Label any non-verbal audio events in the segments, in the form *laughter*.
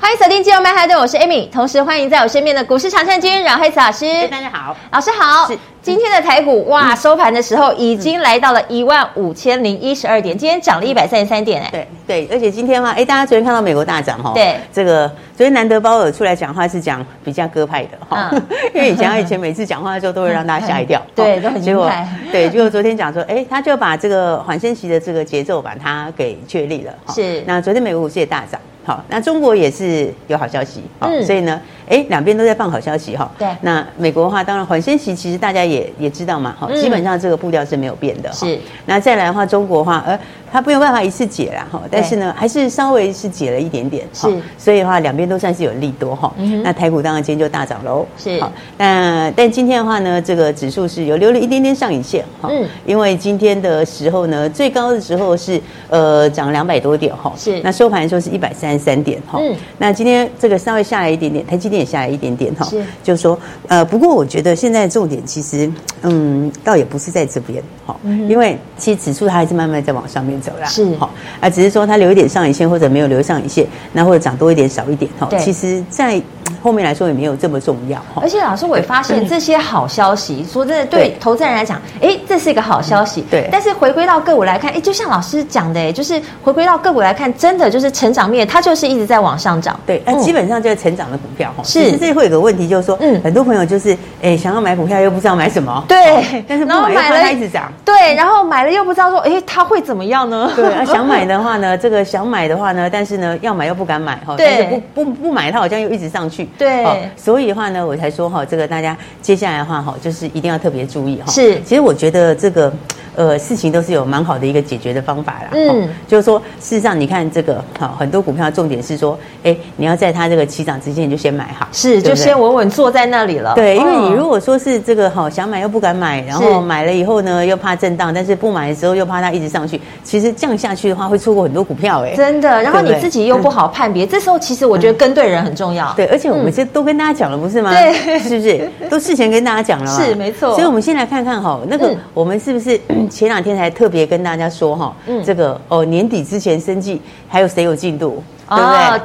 欢迎锁定金融曼哈顿，我是 Amy，同时欢迎在我身边的股市常胜军阮惠慈老师。大家好，老师好是，嗯今天的台股哇，收盘的时候已经来到了一万五千零一十二点，今天涨了一百三十三点哎、对对，而且今天嘛，哎，大家昨天看到美国大涨哈，对这个昨天难得鲍尔出来讲话是讲比较鸽派的哈，嗯 *laughs* 因为以前他以前每次讲话的时候都会让大家吓一跳， *laughs* 对哦都很结果鹰派对，结果昨天讲说，哎，他就把这个缓升息的这个节奏把它给确立了，哈是那昨天美国股市也大涨。好，那中国也是有好消息，好、嗯所以呢，哎，两边都在放好消息哈。对那美国的话，当然缓升息，其实大家也也知道嘛，哈、嗯基本上这个步调是没有变的。哈是那再来的话，中国的话，呃，它没有办法一次解啦哈，但是呢，还是稍微是解了一点点，哈是所以的话，两边都算是有利多哈、嗯哼那台股当然今天就大涨喽，是好那但今天的话呢，这个指数是有留了一点点上影线哈、嗯因为今天的时候呢，最高的时候是呃涨两百多点哈、是那收盘的时候是一百三十三点哈、嗯那今天这个稍微下来一点点，台积电也下来一点点哈、是就是说呃，不过我觉得现在重点其实嗯，倒也不是在这边哈、嗯哼因为其实指数它还是慢慢在往上面走啦，是哈、啊，只是说它留一点上影线或者没有留上影线，那或者涨多一点少一点哈、对其实在嗯后面来说也没有这么重要哈、而且老师，我也发现这些好消息，说真的，对嗯对投资人来讲，哎，这是一个好消息。对但是回归到个股来看，哎，就像老师讲的，哎，就是回归到个股来看，真的就是成长面，它就是一直在往上涨。对，那、哎啊嗯基本上就是成长的股票哈。是其实这会有个问题，就是说，嗯很多朋友就是，哎，想要买股票又不知道买什么，对，哦但是不然后买又买怕它了一直涨。对，然后买了又不知道说，哎，它会怎么样呢？ *laughs* 对，啊，想买的话呢，这 *laughs* 个想买的话呢，但是呢，要买又不敢买哈，对但是不不不买，它好像又一直上去，对哦所以的话呢，我才说哈，这个大家接下来的话哈，就是一定要特别注意哈。是其实我觉得这个呃事情都是有蛮好的一个解决的方法啦。嗯嗯，就是说，事实上你看这个好，很多股票重点是说，哎，你要在它这个起涨之前就先买好，是，对就不对先稳稳坐在那里了。对，因为你嗯如果说是这个好想买又不敢买，然后买了以后呢又怕震荡，但是不买的时候又怕它一直上去，其实这样下去的话会错过很多股票哎。真的，然后对你不对自己又不好判别，这时候其实我觉得跟对人很重要。对，而且我们这都跟大家讲了，不是吗？嗯对 *laughs* 是不是？都事前跟大家讲了嘛，是没错所以，我们先来看看哈，那个嗯我们是不是 *clears throat* 前两天才特别跟大家说哈嗯，这个哦年底之前生计还有谁有进度，对不哦对，？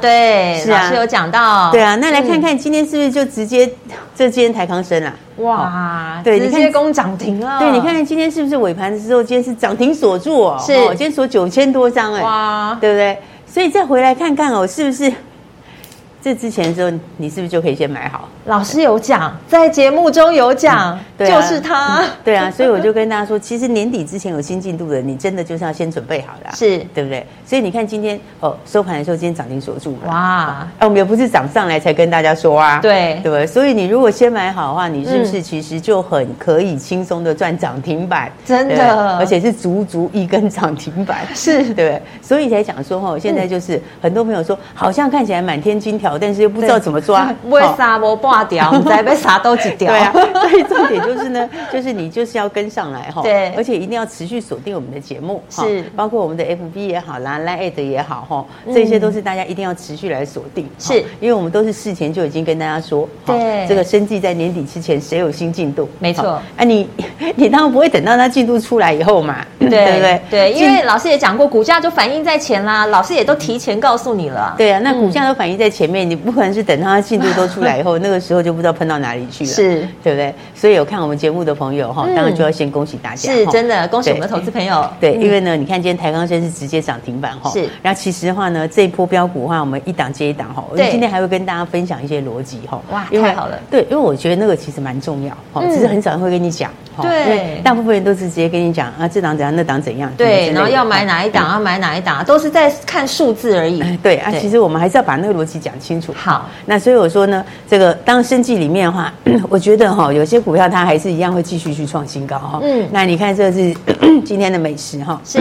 对，是老啊师有讲到，嗯对啊，那来看看今天是不是就直接，这今天抬康升啦？嗯，哇，哦对直你看接攻涨停了，对，你看，看今天是不是尾盘的时候，今天是涨停锁住哦，嗯是哦今天锁九千多张哎，哇，对不对？所以再回来看看哦，是不是这之前的时候，你是不是就可以先买好？老师有讲，在节目中有讲，对啊就是它，对啊，所以我就跟大家说，其实年底之前有新进度的，你真的就是要先准备好了、是对不对？所以你看今天哦，收盘的时候，今天涨停锁住嘛。哇，哎、我们也不是涨上来才跟大家说啊，对嗯对不对？所以你如果先买好的话，你是不是其实就很可以轻松的赚涨停板？真的对不对而且是足足一根涨停板，是 *laughs* 对不对？所以才讲说哈，现嗯在就是、很多朋友说，好像看起来满天金条，但是又不知道怎么抓， *laughs* 不会哦 *laughs* 杀我半条，不知被杀都几条，对啊， *laughs* 所以重点就是呢， *laughs* 就是你就是要跟上来哈，对而且一定要持续锁定我们的节目，哈是嗯包括我们的 FB 也好啦，Line 也好哈，这些都是大家一定要持续来锁定，哈是因为我们都是事前就已经跟大家说，哈对这个生计在年底之前谁有新进度，没错哈啊你 *laughs* 你当然不会等到它进度出来以后嘛，对不 *laughs* 对对？对，因进为老师也讲过，股价就反映在前啦，老师也都提前告诉你了，对啊，那股价都反映在前面，你不可能是等到它进度都出来 *laughs* 以后，那个时候就不知道喷到哪里去了，是对不对？所以有看我们节目的朋友哈，嗯当然就要先恭喜大家，是哈真的，恭喜我们的投资朋友，嗯对，因为呢，你看今天台钢生是直接涨停板哈，是然后其实的话呢，这一波标股的话，我们一档接一档哈。我们对今天还会跟大家分享一些逻辑哈。哇因为太好了。对，因为我觉得那个其实蛮重要哈，嗯只是很少人会跟你讲哈。对因为大部分人都是直接跟你讲啊，这档怎样，那那档怎样，对，之类的嗯然后要买哪一档，要买哪一档，都是在看数字而已哎。对啊，对其实我们还是要把那个逻辑讲清楚。好，那所以我说呢，这个当生计里面的话， *clears throat* 我觉得哈、有些股票它还是一样会继续去创新高哈、嗯嗯，那你看这是 *clears throat* 今天的美食哈、 *clears throat* 是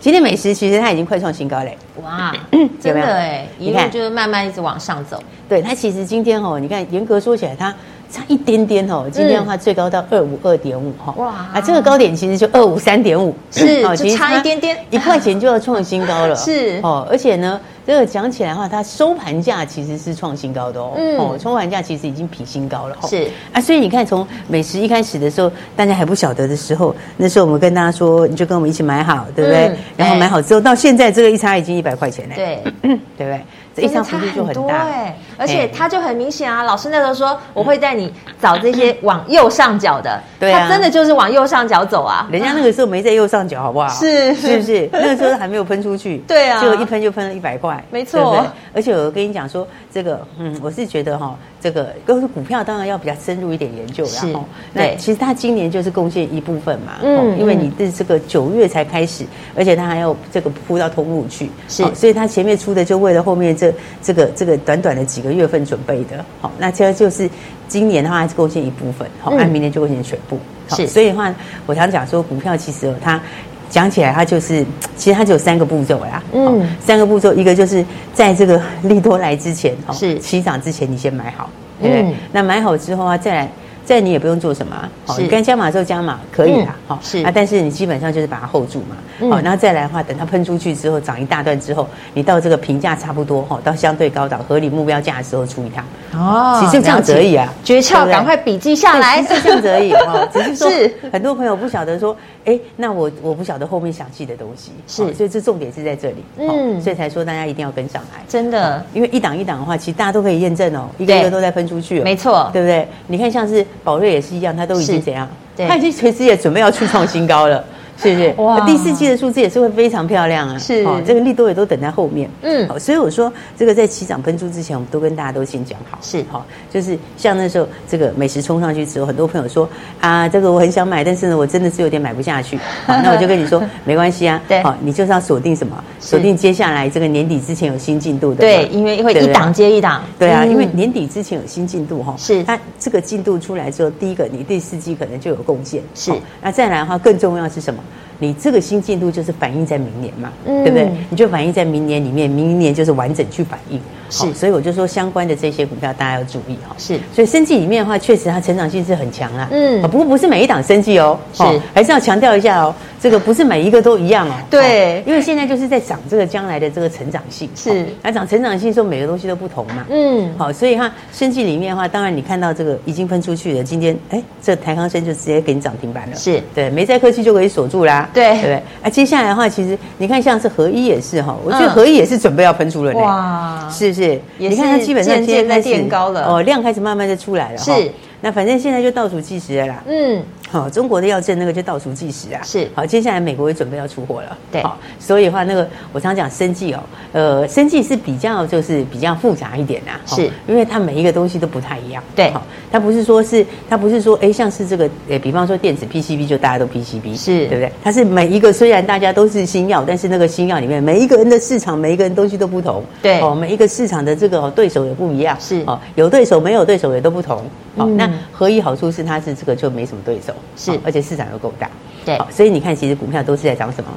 今天美食其实它已经快创新高嘞。哇，有真没有的哎，一你路看就是慢慢一直往上 *clears throat* 走，对，它其实今天哦，你看严格说起来，它差一点点哦。今天的话最高到二五二点五哈，嗯哇哇啊，这个高点其实就二五三点五，是哦就其实差一点点一块钱就要创新高了， *laughs* 是哦，而且呢。这个讲起来的话，它收盘价其实是创新高的哦，嗯哦，收盘价其实已经比新高了、哦，是啊，所以你看，从美食一开始的时候，大家还不晓得的时候，那时候我们跟大家说，你就跟我们一起买好，对不对？嗯然后对买好之后，到现在这个一差已经一百块钱了，对，对不对？这一真的差幅度差就很多大，哎，而且它就很明显啊。老师那时候说，我会带你找这些往右上角的，嗯对啊它真的就是往右上角走啊。人家那个时候没在右上角，好不好？是是不是？那个时候还没有喷出去， *laughs* 对啊结果一喷就喷了一百块，没错对不对而且我跟你讲说，这个，嗯，我是觉得哈、这个跟股票当然要比较深入一点研究啦，是哦对那其实它今年就是贡献一部分嘛，嗯嗯，因为嗯你这这个九月才开始，而且它还要这个铺到通路去，是哦所以它前面出的就为了后面这这个这个短短的几个月份准备的，好、那这就是今年的话是贡献一部分，好、嗯按明年就贡献全部，好是所以的话，我常讲说，股票其实哦，它讲起来它就是，其实它只有三个步骤啦。嗯嗯，三个步骤，一个就是在这个利多来之前，哦是起涨之前，你先买好，对不对？嗯那买好之后啊，再来。再你也不用做什么、啊，好，是你该加码的时候加码可以啦，嗯好、是啊，但是你基本上就是把它 hold 住嘛，嗯好、然后再来的话，等它喷出去之后，涨一大段之后，你到这个评价差不多哈、到相对高档合理目标价的时候出一趟，哦其实就这样子而已啊诀对窍不对赶快笔记下对来。其实是这样子而已哈、哦，只是说是很多朋友不晓得说，哎，那我我不晓得后面详细的东西，是哦所以这重点是在这里，嗯、嗯所以才说大家一定要跟上来。 *laughs* 真的，因为一档一档的话，其实大家都可以验证哦，一个一对个都在喷出去、哦，没错对不对？你看像是宝瑞也是一样，它都已是经怎样，对它已经随时也准备要去创新 *laughs* 高了，是不是？哇哇，第四季的数字也是会非常漂亮啊，是这个利多也都等在后面，嗯好，所以我说这个在起涨喷出之前，我们都跟大家都先讲好，是好，就是像那时候这个美食冲上去之后，很多朋友说啊，这个我很想买，但是呢，我真的是有点买不 *laughs* 下去，好，那我就跟你说没关系啊，对好，你就是要锁定什么？是锁定接下来这个年底之前有新进度的嘛，对，因为会对不一对档接一档。对啊，嗯因为年底之前有新进度哈，是它这个进度出来之后，第一个你第四季可能就有贡献，是哦那再来的话，更重要是什么？你这个新进度就是反映在明年嘛，嗯对不对？你就反映在明年里面，明年就是完整去反映。是哦所以我就说相关的这些股票大家要注意哈。是所以生计里面的话，确实它成长性是很强啊。嗯哦不过不是每一档生计哦，是哦还是要强调一下哦，这个不是每一个都一样哦。 *laughs* 对哦因为现在就是在涨这个将来的这个成长性。是哦那讲成长性说每个东西都不同嘛，嗯好，所以哈，生计里面的话，当然你看到这个已经喷出去了，今天哎，这台康生就直接给你涨停板了，是对，没在科技就可以锁住啦，对对不对？啊，接下来的话，其实你看像是合一也是哈，我觉得嗯合一也是准备要喷出了呢，哇是不是？也你看它是基本上渐今天渐在开始垫高了哦，量开始慢慢的出来了，哈是。那反正现在就倒数计时了啦，嗯，好，中国的药证那个就倒数计时啊，是好，接下来美国也准备要出货了，对好，所以的话，那个我常讲生计哦，呃，生计是比较就是比较复杂一点啊，是哦因为它每一个东西都不太一样，对好，它不是说是它不是说哎像是这个呃，比方说电子 PCB 就大家都 PCB 是对不对？它是每一个虽然大家都是新药，但是那个新药里面每一个人的市场，每一个人东西都不同，对哦，每一个市场的这个哦对手也不一样，是哦，有对手没有对手也都不同，好，嗯那合一好处是它是这个就没什么对手，是好而且市场又够大，对好所以你看，其实股票都是在涨什么？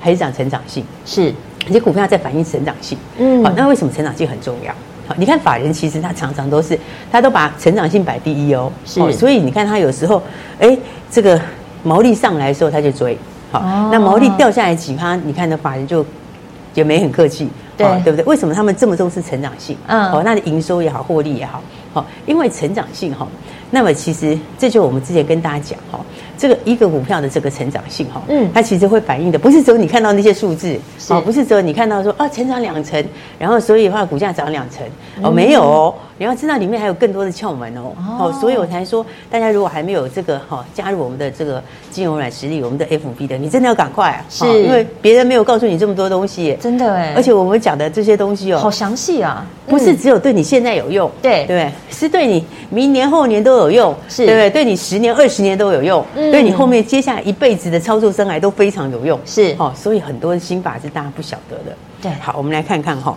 还是涨成长性？是其实股票在反映成长性。嗯好，那为什么成长性很重要？好，你看法人其实他常常都是，他都把成长性摆第一哦。是好所以你看他有时候，哎，这个毛利上来的时候他就追，好，哦那毛利掉下来几趴，你看呢法人就也没很客气，对好对不对？为什么他们这么重视成长性？嗯好，那你营收也好，获利也好，好，因为成长性哈，那么其实这就我们之前跟大家讲哈，这个一个股票的这个成长性哈，嗯它其实会反映的不是只有你看到那些数字，是哦，不是只有你看到说啊成长两成，然后所以的话股价涨两成，哦没有哦，你要知道里面还有更多的窍门哦，嗯哦哦，所以我才说大家如果还没有这个哈、加入我们的这个金融软实力，我们的 FB 的，你真的要赶快啊，是哦因为别人没有告诉你这么多东西耶，真的哎，而且我们讲的这些东西哦，好详细啊！不是只有对你现在有用，对对，是对你明年后年都有用，是对不对？对你十年二十年都有用，嗯对你后面接下来一辈子的操作生涯都非常有用，是哦。所以很多的心法是大家不晓得的。对好，我们来看看哈、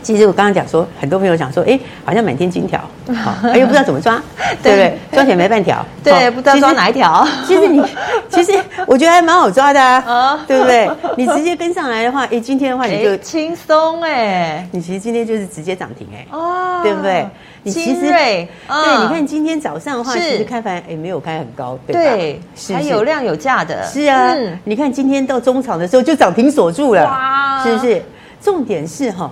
其实我刚刚讲说，很多朋友讲说，哎，好像满天金条， *laughs* 好，哎又不知道怎么抓，对不对？抓起来没半条，对，好不知道其实抓哪一条。其 *laughs* 实你，其实我觉得还蛮好抓的啊啊，对不对？你直接跟上来的话，诶，今天的话你就哎，，轻松哎，你其实今天就是直接涨停哎，哦，对不对？你其精实锐，对，嗯你看今天早上的话，是其实开盘哎没有开很高，对吧？对，是还不是有量有价的，是啊嗯，你看今天到中场的时候就涨停锁住了，哇是不是？重点是哈，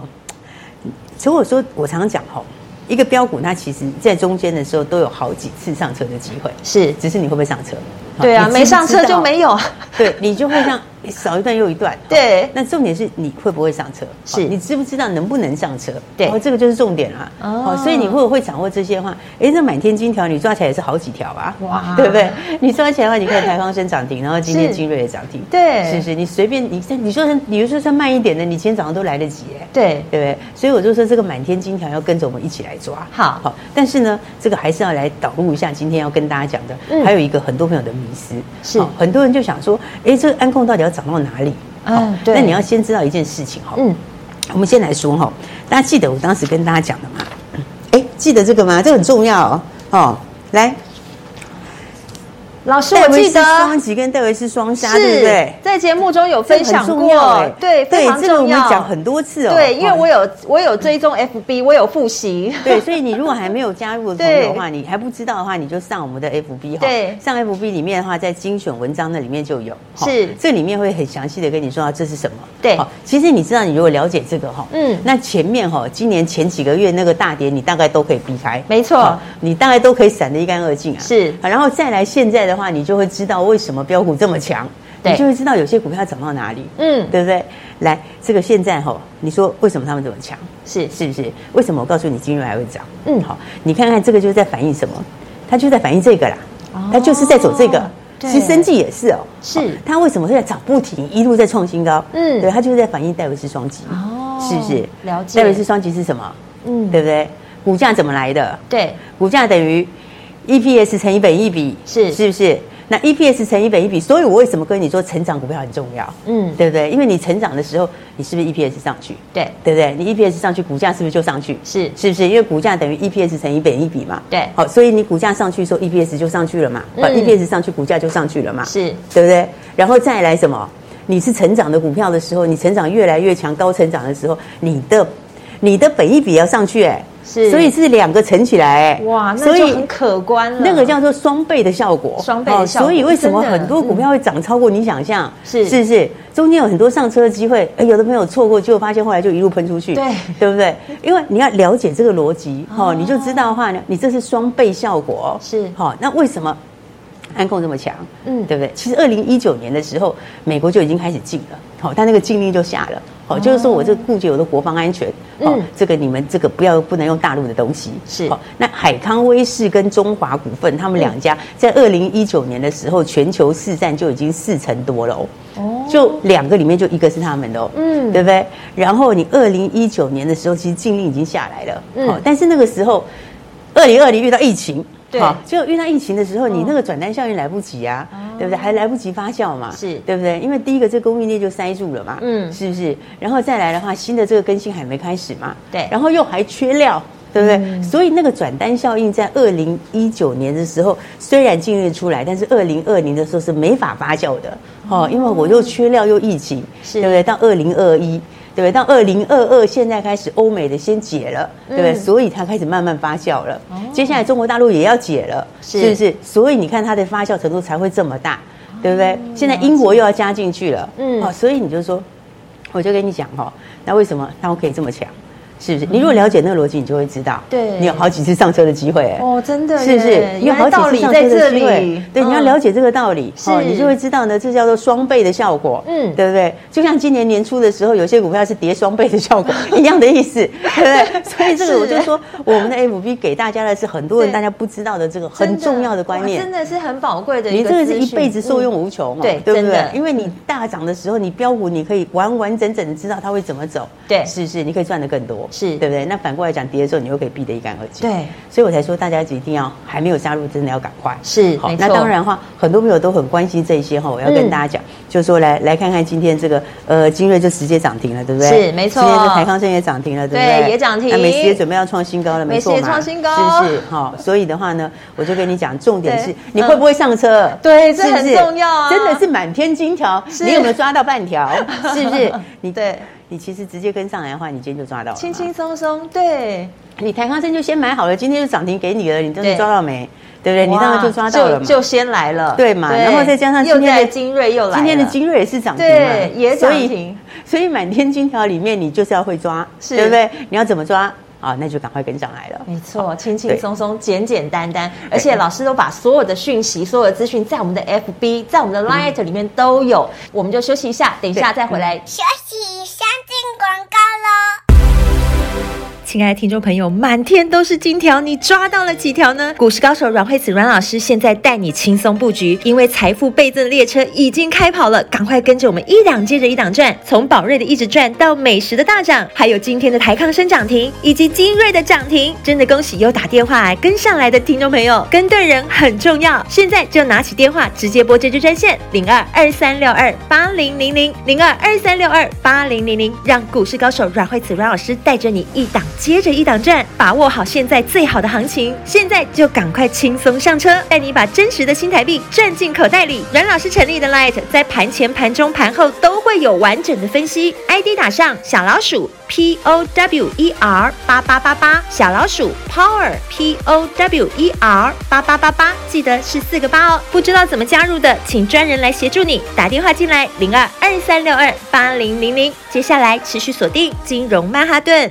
所以我说我常常讲哈，一个标股它其实在中间的时候都有好几次上车的机会，是，只是你会不会上车？对啊，你知不没上车知道就没有，对你就会像哎少一段又一段。 *laughs* 对那重点是你会不会上车？哦是你知不知道能不能上车？对哦，这个就是重点啦。哦哦，所以你会不会掌握这些话？哎，那满天金条你抓起来也是好几条啊，哇哇，对不对？你抓起来的话，你看台方升涨停，然后今天是精锐也涨停，对是不是？你随便你你就算你就算慢一点的，你今天早上都来得及耶。对，对不对？所以我就说这个满天金条要跟着我们一起来抓，好好。但是呢，这个还是要来导入一下今天要跟大家讲的，嗯还有一个很多朋友的迷思，是好很多人就想说，哎，这个安控到底要涨到哪里？嗯好对那你要先知道一件事情哈，嗯，我们先来说哈，大家记得我当时跟大家讲的吗？哎，记得这个吗？这很重要哦。哦，来，老师戴我维记斯双得。啊极跟戴维斯双杀，是对不对？在节目中有这分个享很重过要哎，，对，非常这个我重们要。讲很多次哦。对，因为哦我有我有追踪 FB，我有复习。 *laughs* 对，所以你如果还没有加入的朋友的话，你还不知道的话，你就上我们的 FB 哈。对上 FB 里面的话，在精选文章那里面就有。哈是这里面会很详细的跟你说到这是什么。对好其实你知道，你如果了解这个哈，嗯嗯，那前面哈，今年前几个月那个大跌，你大概都可以避开。没错好，你大概都可以闪得一干二净啊。是好，然后再来现在的话，你就会知道为什么标股这么强，对你就会知道有些股票涨到哪里。嗯，对不对？来，这个现在哈、你说为什么他们这么强？是是不是？为什么我告诉你金融还会涨？嗯好，你看看这个就是在反映什么？它就在反映这个啦，它就是在走这个。哦对其实生计也是哦，是好它为什么会在涨不停，一路在创新高？嗯对，它就是在反映戴维斯双击，哦是不是？了解戴维斯双击是什么？嗯对不对？股价怎么来的？对，股价等于 EPS 乘以本益比，是是不是？那 EPS 乘以本益比，所以我为什么跟你说成长股票很重要？嗯对不对？因为你成长的时候，你是不是 EPS 上去？对对不对？你 EPS 上去，股价是不是就上去？是是不是？因为股价等于 EPS 乘以本益比嘛。对好，所以你股价上去的时候，EPS 就上去了嘛。嗯呃 EPS 上去，股价就上去了嘛。是对不对？然后再来什么？你是成长的股票的时候，你成长越来越强、高成长的时候，你的你的本益比要上去、哎，是所以是两个乘起来、哎，哇，所那就以很可观了。那个叫做双倍的效果，哦双倍的效果所以为什么真的嗯很多股票会涨超过你想象？是是不是？中间有很多上车的机会，哎，有的朋友错过，结果发现后来就一路喷出去，对 *laughs* 哦对不对？因为你要了解这个逻辑，哈、你就知道的话呢，你这是双倍效果，哦是好、那为什么安控这么强？嗯嗯，对不对？其实二零一九年的时候，美国就已经开始禁了，好、但那个禁令就下了。好，就是说我这个顾及我的国防安全，哦，哦嗯这个你们这个不要不能用大陆的东西，是好那海康威视跟中华股份，他们两嗯家在二零一九年的时候，全球市占就已经四成多了哦。哦就两个里面就一个是他们的哦，嗯，嗯对不对？然后你二零一九年的时候，其实禁令已经下来了，嗯嗯，但是那个时候，二零二零遇到疫情，对嗯哦好结果遇到疫情的时候，你那个转单效应来不及啊，对不对？还来不及发酵嘛，是对不对？因为第一个这供应链就塞住了嘛，嗯，嗯是不是？然后再来的话，新的这个更新还没开始嘛，对嗯然后又还缺料。对不对？所以那个转单效应在二零一九年的时候虽然禁运出来，但是二零二零的时候是没法发酵的哦，因为我又缺料又疫情，是对不对？到二零二一，对不对？到二零二二现在开始欧美的先解了，对不对？嗯哦所以它开始慢慢发酵了。接下来中国大陆也要解了，是不是？所以你看它的发酵程度才会这么大，对不对？现在英国又要加进去了，嗯，哦嗯哦，所以你就说，我就跟你讲哈、哦，那为什么那我可以这么强？是不是？你如果了解那个逻辑，你就会知道，嗯对你有好几次上车的机会，哎哦，真的耶，是不是？有原来好道理几次上在车这的机里会，，对，嗯你要了解这个道理，哦是你就会知道呢，这叫做双倍的效果，嗯嗯，对不对？就像今年年初的时候，有些股票是跌双倍的 *laughs* 效果一样的意思，对不对？所以这是个我就说，我们的 FB 给大家的是很多人对大家不知道的这个真很重要的观哇念真。的是很宝贵的。你这个是一辈子受嗯用无穷嘛，哦对对真不的对？因为你大涨的时候，你标股你可以完完整整的知道它会怎么走，对是不是？你可以赚的更多，是对不对？那反过来讲，跌的时候你又可以避得一干二净，对，所以我才说大家一定要还没有加入，真的要赶快。是好没，那错当然话，很多朋友都很关心这些哈，我要跟嗯大家讲，就说来来看看今天这个呃精锐就直接涨停了，对不对？是没错今天这台康生也涨停了，对不对对？也涨停那美食也准备要创新高了，没错美食嘛，也创新高是不是？好，所以的话呢，我就跟你讲，重点对嗯是你会不会上车？对这是不很是重要啊真的是满天金条，是你有没有抓到半条？是 *laughs* 不是？你对，你其实直接跟上来的话，你今天就抓到了嘛，轻轻松松，对，你台康生就先买好了，今天就涨停给你了，你真对的抓到没？对不对？你当然就抓到了哇嘛。就就先来了，对嘛然后再加上又今天的在精锐又来了，今天的精锐也是涨停嘛，对也涨所停以 *laughs* 所以满天金条里面，你就是要会抓，是对不对？你要怎么抓啊？那就赶快跟上来了。没错，轻轻松松、简简单单，而且老师都把所有的讯息、所有的资讯在我们的 FB、在我们嗯的 Line 里面都有。我们就休息一下，等一下再回来休息，先进广告喽。亲爱的听众朋友，满天都是金条，你抓到了几条呢？股市高手阮慧子阮老师现在带你轻松布局，因为财富倍增的列车已经开跑了，赶快跟着我们一档接着一档赚，从宝瑞的一直赚到美食的大涨，还有今天的台康生涨停以及精锐的涨停，真的恭喜有打电话来跟上来的听众朋友，跟对人很重要。现在就拿起电话直接拨这支专线零二二三六二八零零零零二二三六二八零零零，让股市高手阮慧子阮老师带着你一档接着一档赚，把握好现在最好的行情，现在就赶快轻松上车，带你把真实的新台币赚进口袋里。阮老师成立的 Light 在盘前、盘中、盘后都会有完整的分析，ID 打上小老鼠 P O W E R 八八八八，小老鼠 Power P O W E R 八八八八，记得是四个八哦。不知道怎么加入的，请专人来协助你，打电话进来零二二三六二八零零零。接下来持续锁定金融曼哈顿。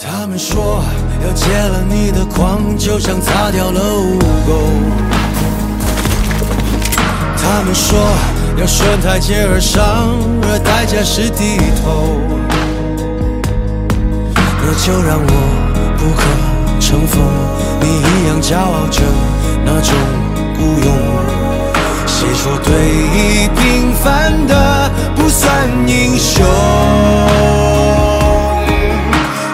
他们说要戒了你的狂，就像擦掉了污垢。他们说要顺台阶而上，而代价是低头。那就让我不可乘风，你一样骄傲着那种孤勇。谁说对弈平凡的不算英雄？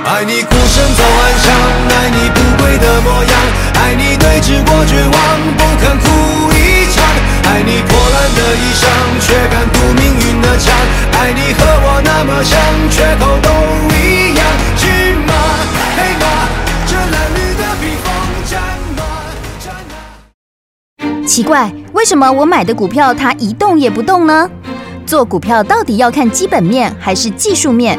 爱你孤身走暗巷，爱你不跪的模样，爱你对峙过绝望，不肯哭一场，爱你破烂的衣裳，却敢堵命运的枪，爱你和我那么像，缺口都一样，骏马、黑马，这褴褛的披风，战马，战马。奇怪，为什么我买的股票它一动也不动呢？做股票到底要看基本面，还是技术面，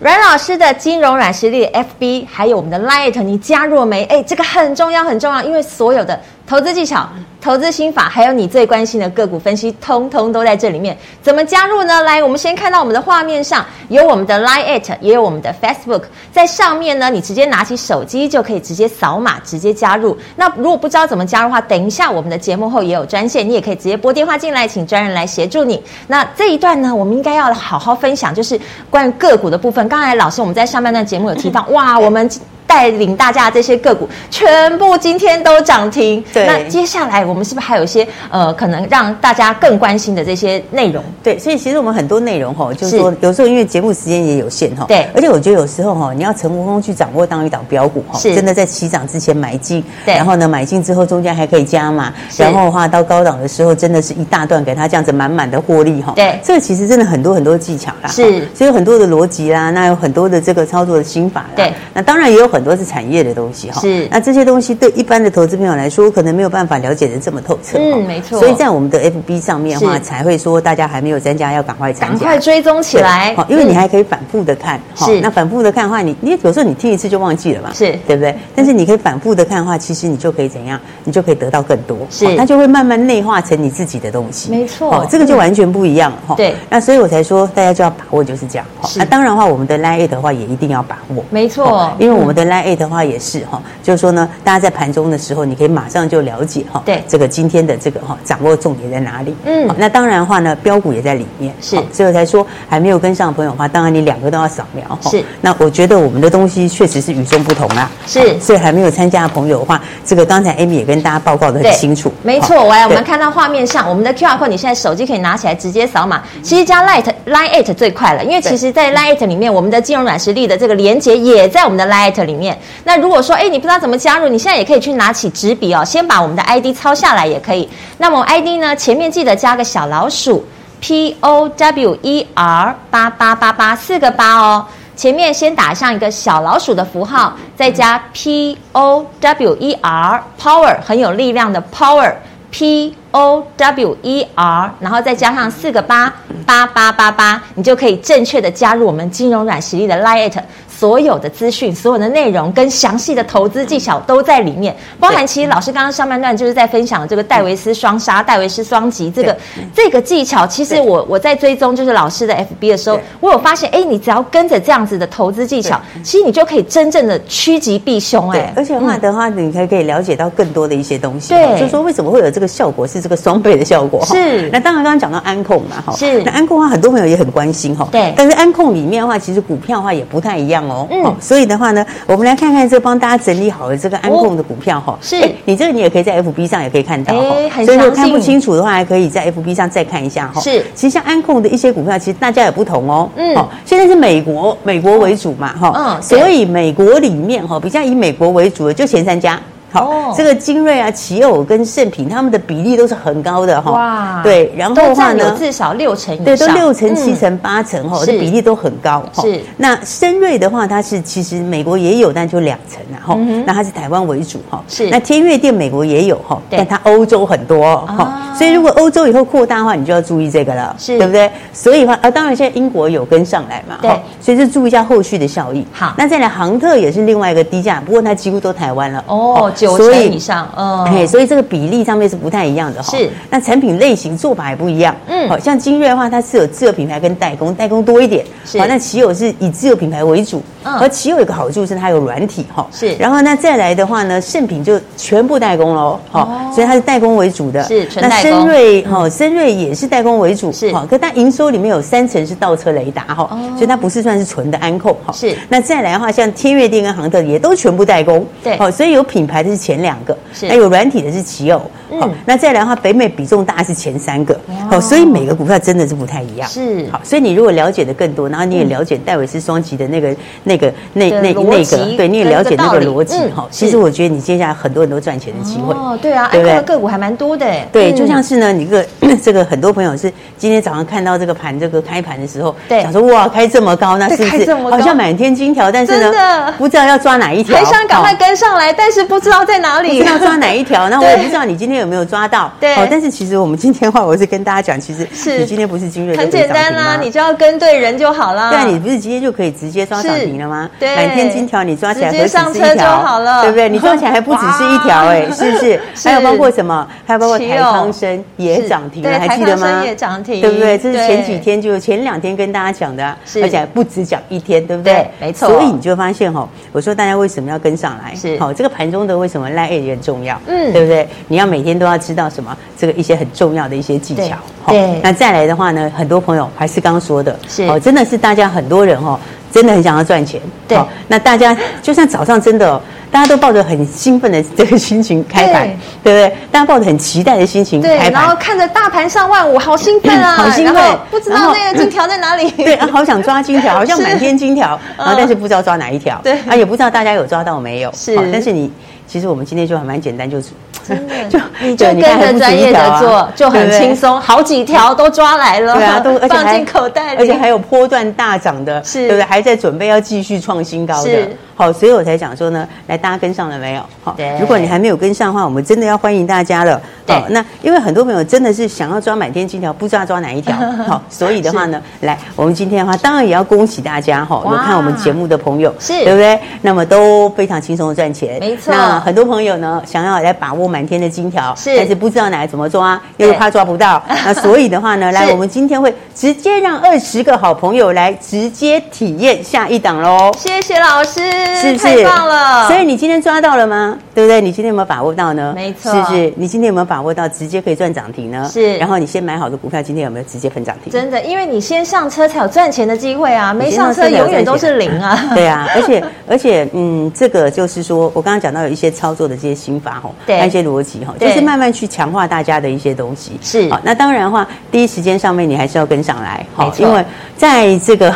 阮老师的金融软实力 FB，还有我们的 Light，你加入了没？哎，这个很重要，很重要，因为所有的投资技巧、投资心法，还有你最关心的个股分析，通通都在这里面。怎么加入呢？来，我们先看到我们的画面上有我们的 Light，也有我们的 Facebook，在上面呢，你直接拿起手机就可以直接扫码直接加入。那如果不知道怎么加入的话，等一下我们的节目后也有专线，你也可以直接拨电话进来，请专人来协助你。那这一段呢，我们应该要好好分享，就是关于个股的部分。刚才老师我们在上半段节目有提 *laughs* 到，哇，我们。带领大家的这些个股全部今天都涨停。对那接下来我们是不是还有一些呃，可能让大家更关心的这些内容？对，所以其实我们很多内容哈，就是是说有时候因为节目时间也有限哈，对而且我觉得有时候哈，你要成功去掌握当一档标股哈，是真的在起涨之前买进，对然后呢买进之后中间还可以加码，是然后的话到高档的时候真的是一大段给它这样子满满的获利哈，对这个其实真的很多很多技巧啦，是所以有很多的逻辑啦，那有很多的这个操作的心法啦，对，那当然也有很多是产业的东西哈，是那这些东西对一般的投资朋友来说，可能没有办法了解的这么透彻，嗯哈没错所以在我们的 FB 上面的话是才会说大家还没有参加，要赶快参赶加，快追踪起来对哦好，因为你嗯还可以反复的看，哈是那反复的看的话，你你有时候你听一次就忘记了嘛，是对不对？但是你可以反复的看的话，其实你就可以怎样，你就可以得到更多，是好它就会慢慢内化成你自己的东西，没错嗯好这个就完全不一样了，哈对那所以我才说大家就要把握就是这样，好是那当然的话，我们的 Line 的话也一定要把握，没错哦，因为我们的 Line 的话也是哈，就是说呢，大家在盘中的时候，你可以马上就了解哈，对这个今天的这个哈，掌握重点在哪里。嗯好那当然的话呢，标股也在里面，是好所以我才说还没有跟上的朋友的话，当然你两个都要扫描哈是那我觉得我们的东西确实是与众不同啦，是好所以还没有参加的朋友的话，这个刚才 Amy 也跟大家报告的对，很清楚，没好错，我来，我对们看到画面上，我们的 QR code，你现在手机可以拿起来直接扫码。其实加 Lite Line It 最快了，因为其实，在 Line It 里面，我们的金融软实力的这个连接也在我们的 Line It 里面。那如果说，哎，你不知道怎么加入，你现在也可以去拿起纸笔哦，先把我们的 ID 抄下来也可以。那么 ID 呢，前面记得加个小老鼠 P O W E R 八八八八四个八哦。前面先打上一个小老鼠的符号，再加 P O W E R power 很有力量的 power P O W E R，然后再加上四个八八八八八，你就可以正确的加入我们金融软实力的 Lite，所有的资讯、所有的内容跟详细的投资技巧都在里面，包含其实老师刚刚上半段就是在分享这个戴维斯双杀、戴维斯双击这个这个技巧，其实对我我在追踪就是老师的 FB 的时候对，嗯我有发现，哎，你只要跟着这样子的投资技巧，其实你就可以真正的趋吉避凶、对哎，，而且的话的话，你才可以了解到更多的一些东西。哦对就说为什么会有这个效果，是这个双倍的效果。哈是那当然刚刚讲到安控嘛，哈是那安控的话，很多朋友也很关心哈。对但是安控里面的话，其实股票的话也不太一样哦。嗯哦所以的话呢，我们来看看这帮大家整理好的这个安控的股票哈。哦是哎你这个你也可以在 FB 上也可以看到哈哎很所以如果详看不尽清楚的话，还可以在 FB 上再看一下哈。是其实像安控的一些股票，其实大家也不同哦。嗯哦，现在是美国美国为主嘛，哈。嗯所对以。所以美国里面哈，比较以美国为主的就前三家。好，哦这个精锐啊、奇偶跟盛品，他们的比例都是很高的哈。哇对，然后的都话占有呢，至少六成以上，对，都六成、嗯七成、八成哈，是这比例都很高哈。是那深瑞的话，它是其实美国也有，但就两成啊哈。那它是台湾为主哈。嗯是那天越电美国也有哈，对但它欧洲很多哦啊哈。所以如果欧洲以后扩大的话，你就要注意这个了，是对不对？所以的话啊，当然现在英国有跟上来嘛，对哈所以就注意一下后续的效益。好那再来航特也是另外一个低价，不过它几乎都台湾了哦哈，九所成以以上，嗯，哎，所以这个比例上面是不太一样的哈。是，那产品类型做法也不一样。嗯好像精锐的话，它是有自有品牌跟代工，代工多一点。是好，那奇友是以自有品牌为主。嗯而奇友有一个好处是它有软体哈。是然后那再来的话呢，盛品就全部代工喽。好，所以它是代工为主的。哦是纯那代工嗯深瑞哈，深瑞也是代工为主。是哦好，可它营收里面有三成是倒车雷达哈，所以它不是算是纯的安控哈。是那再来的话，像天越电跟航特也都全部代工。对好，所以有品牌的是前两个，是那有软体的是奇偶。嗯哦好，那再来的话，北美比重大概是前三个，好，所以每个股票真的是不太一样。是好，所以你如果了解的更多，然后你也了解戴维斯双击的那个、那个、那的那逻那辑个，对，你也了解那个跟这个道逻理辑嗯哈。是其实我觉得你接下来很多人都赚钱的机会。哦，对啊，安对不控对的个股还蛮多的，哎对，嗯就像像是呢，你个 *coughs* 这个很多朋友是今天早上看到这个盘，这个开盘的时候，对想说哇开这么高，那是不开是这么高好像满天金条？但是真的呢，不知道要抓哪一条，很想赶快哦跟上来，但是不知道在哪里不知。道抓哪 *laughs* 一条，那我也对不知道你今天有没有抓到。哦对但是其实我们今天的话，我是跟大家讲，其实是你今天不是精 *laughs* 锐，很简单啦，你。就要跟对人就好啦。对啊，啊你不是今天就可以直接抓涨停了吗？是对满天金条你抓起来直何接止是上一车就条好了对不对？你抓起来还不只是一条哎、哇是不是？ *laughs* 是还有包括什么？还有包括奇台友康生也是涨停对了，还记台得康吗？生也涨停对不对？这是对前几天就前两天跟大家讲的啊，是而且还不止讲一天，对不对？对没错所以你就发现哈，我说大家为什么要跟上来？是好，这个盘中的为什么赖 A 也很重要？嗯嗯，对不对？你要每天都要知道什么这个一些很重要的一些技巧。对齁对那再来的话呢，很多朋友还是刚刚说的，哦是齁真的是大家很多人哦，真的很想要赚钱。对齁那大家就算早上真的哦，大家都抱着很兴奋的这个心情开盘，对不对？大家抱着很期待的心情对，开然后盘。看着大盘上万五，好兴奋啊！ *laughs* 好兴奋然后不知然道后那个金条在哪里。 *laughs* 对，啊好想抓金条，好像是满天金条，然后嗯但是不知道抓哪一条，对啊，也不知道大家有抓到没有，是齁但是你其实我们今天就还蛮简单，就是真的 *laughs* 就你 *laughs* 就对跟看还着不止专一业条啊的做，就对很不对轻松，好几条都抓来了，对啊，都而且放还进口袋里，而且还有波段大涨的，是对不对？还在准备要继续创新高的是。好，所以我才讲说呢，来大家跟上了没有？好对，如果你还没有跟上的话，我们真的要欢迎大家了。好对那因为很多朋友真的是想要抓满天金条，不知道抓 *laughs* 哪一条。好，所以的话呢，来，我们今天的话，当然也要恭喜大家哈，哇有看我们节目的朋友，是对不对？那么都非常轻松的赚钱，没错那很多朋友呢，想要来把握满天的金条，是但是不知道哪怎么抓，对又怕抓 *laughs* 不到。那所以的话呢，来是我们。今天会直接让二十个好朋友来直接体验下一档喽。谢谢老师，是不是？太棒了？所以你今天抓到了吗？对不对？你今天有没有把握到呢？没错是不是？你今天有没有把握到直接可以赚涨停呢？是然后你先买好的股票，今天有没有直接分涨停？真的，因为你先上车才有赚钱的机会啊，没你先上上车车才有永远赚钱都是零啊。 *laughs* 对啊，而且而且，嗯，这个就是说我刚刚讲到有一些操作的这些心法吼，对还有一些逻辑吼，就对是慢慢去强化大家的一些东西。是好，那当然的话，第一时间上面你还是要跟上来，没好，错因为在这个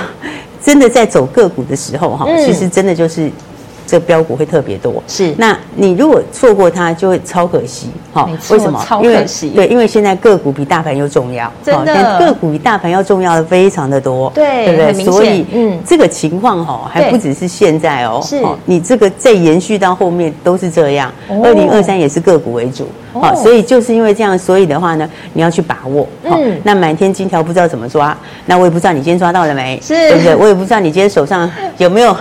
真的在走个股的时候哈，嗯其实真的就是。这个标股会特别多，是那你如果错过它，就会超可惜，哈没错为什么？超因为可惜对，因为现在个股比大盘又重要，真好的但个股比大盘要重要的非常的多，对对不很明对？所显以，嗯嗯，这个情况哈、还对不只是现在哦，是哦你这个再延续到后面都是这样。哦二零二三也是个股为主，好、哦所以就是因为这样，所以的话呢，你要去把握。好嗯那满天金条不知道怎么抓，那我也不知道你今天抓到了没，是对不对？我也不知道你今天手上有没有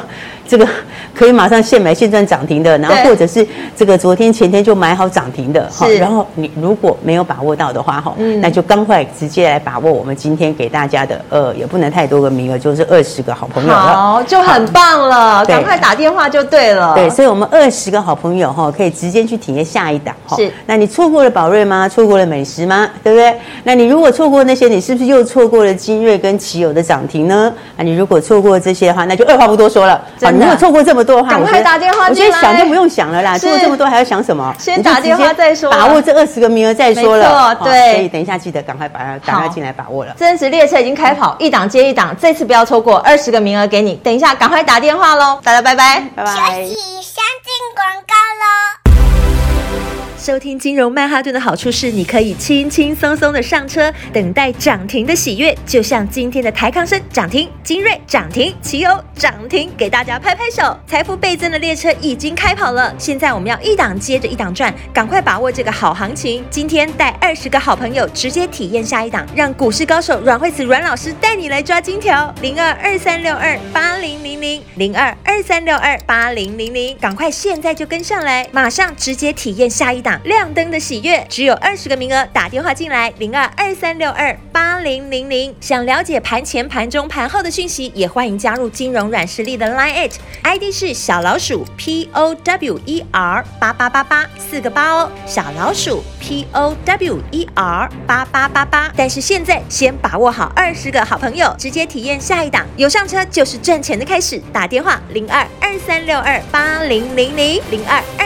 这个可以马上现买现赚涨停的，然后对或者是这个昨天前天就买好涨停的，好是然后你如果没有把握到的话，哈、嗯那就赶快直接来把握我们今天给大家的，呃，也不能太多个名额，就是二十个好朋友了。好，就很棒了，对赶快打电话就对了。对，所以我们二十个好朋友哈，可以直接去体验下一档哈。是那你错过了宝瑞吗？错过了美食吗？对不对？那你如果错过那些，你是不是又错过了金瑞跟奇友的涨停呢？啊，你如果错过这些的话，那就二话不多说了。啊真的你如果错过这么多的话，赶我快觉得打电话我觉得进来想就不用想了啦，是错过这么多还要想什么？先你就打电话直接再说把握这二十个名额再说了没。错对哦所以等一下记得赶快把它打好它进来把握了。增值列车已经开跑，一档接一档，这次不要错过，二十个名额给你。等一下，赶快打电话喽！大家拜拜。拜休拜。息，先进广告喽。收听金融曼哈顿的好处是，你可以轻轻松松的上车，等待涨停的喜悦。就像今天的台康生涨停，精锐涨停，奇友涨停，给大家拍拍手。财富倍增的列车已经开跑了，现在我们要一档接着一档赚，赶快把握这个好行情。今天带二十个好朋友直接体验下一档，让股市高手阮慧慈阮老师带你来抓金条。零二二三六二八零零零零二二三六二八零零零，赶快现在就跟上来，马上直接体验下一档亮灯的喜悦，只有二十个名额，打电话进来零二二三六二八零零零。想了解盘前、盘中、盘后的讯息，也欢迎加入金融软实力的 Line at ID 是小老鼠 P O W E R 八八八八四个八哦，小老鼠 P O W E R 八八八八。但是现在先把握好二十个好朋友，直接体验下一档，有上车就是赚钱的开始。打电话零二二三六二八零零零零二二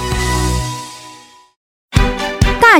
大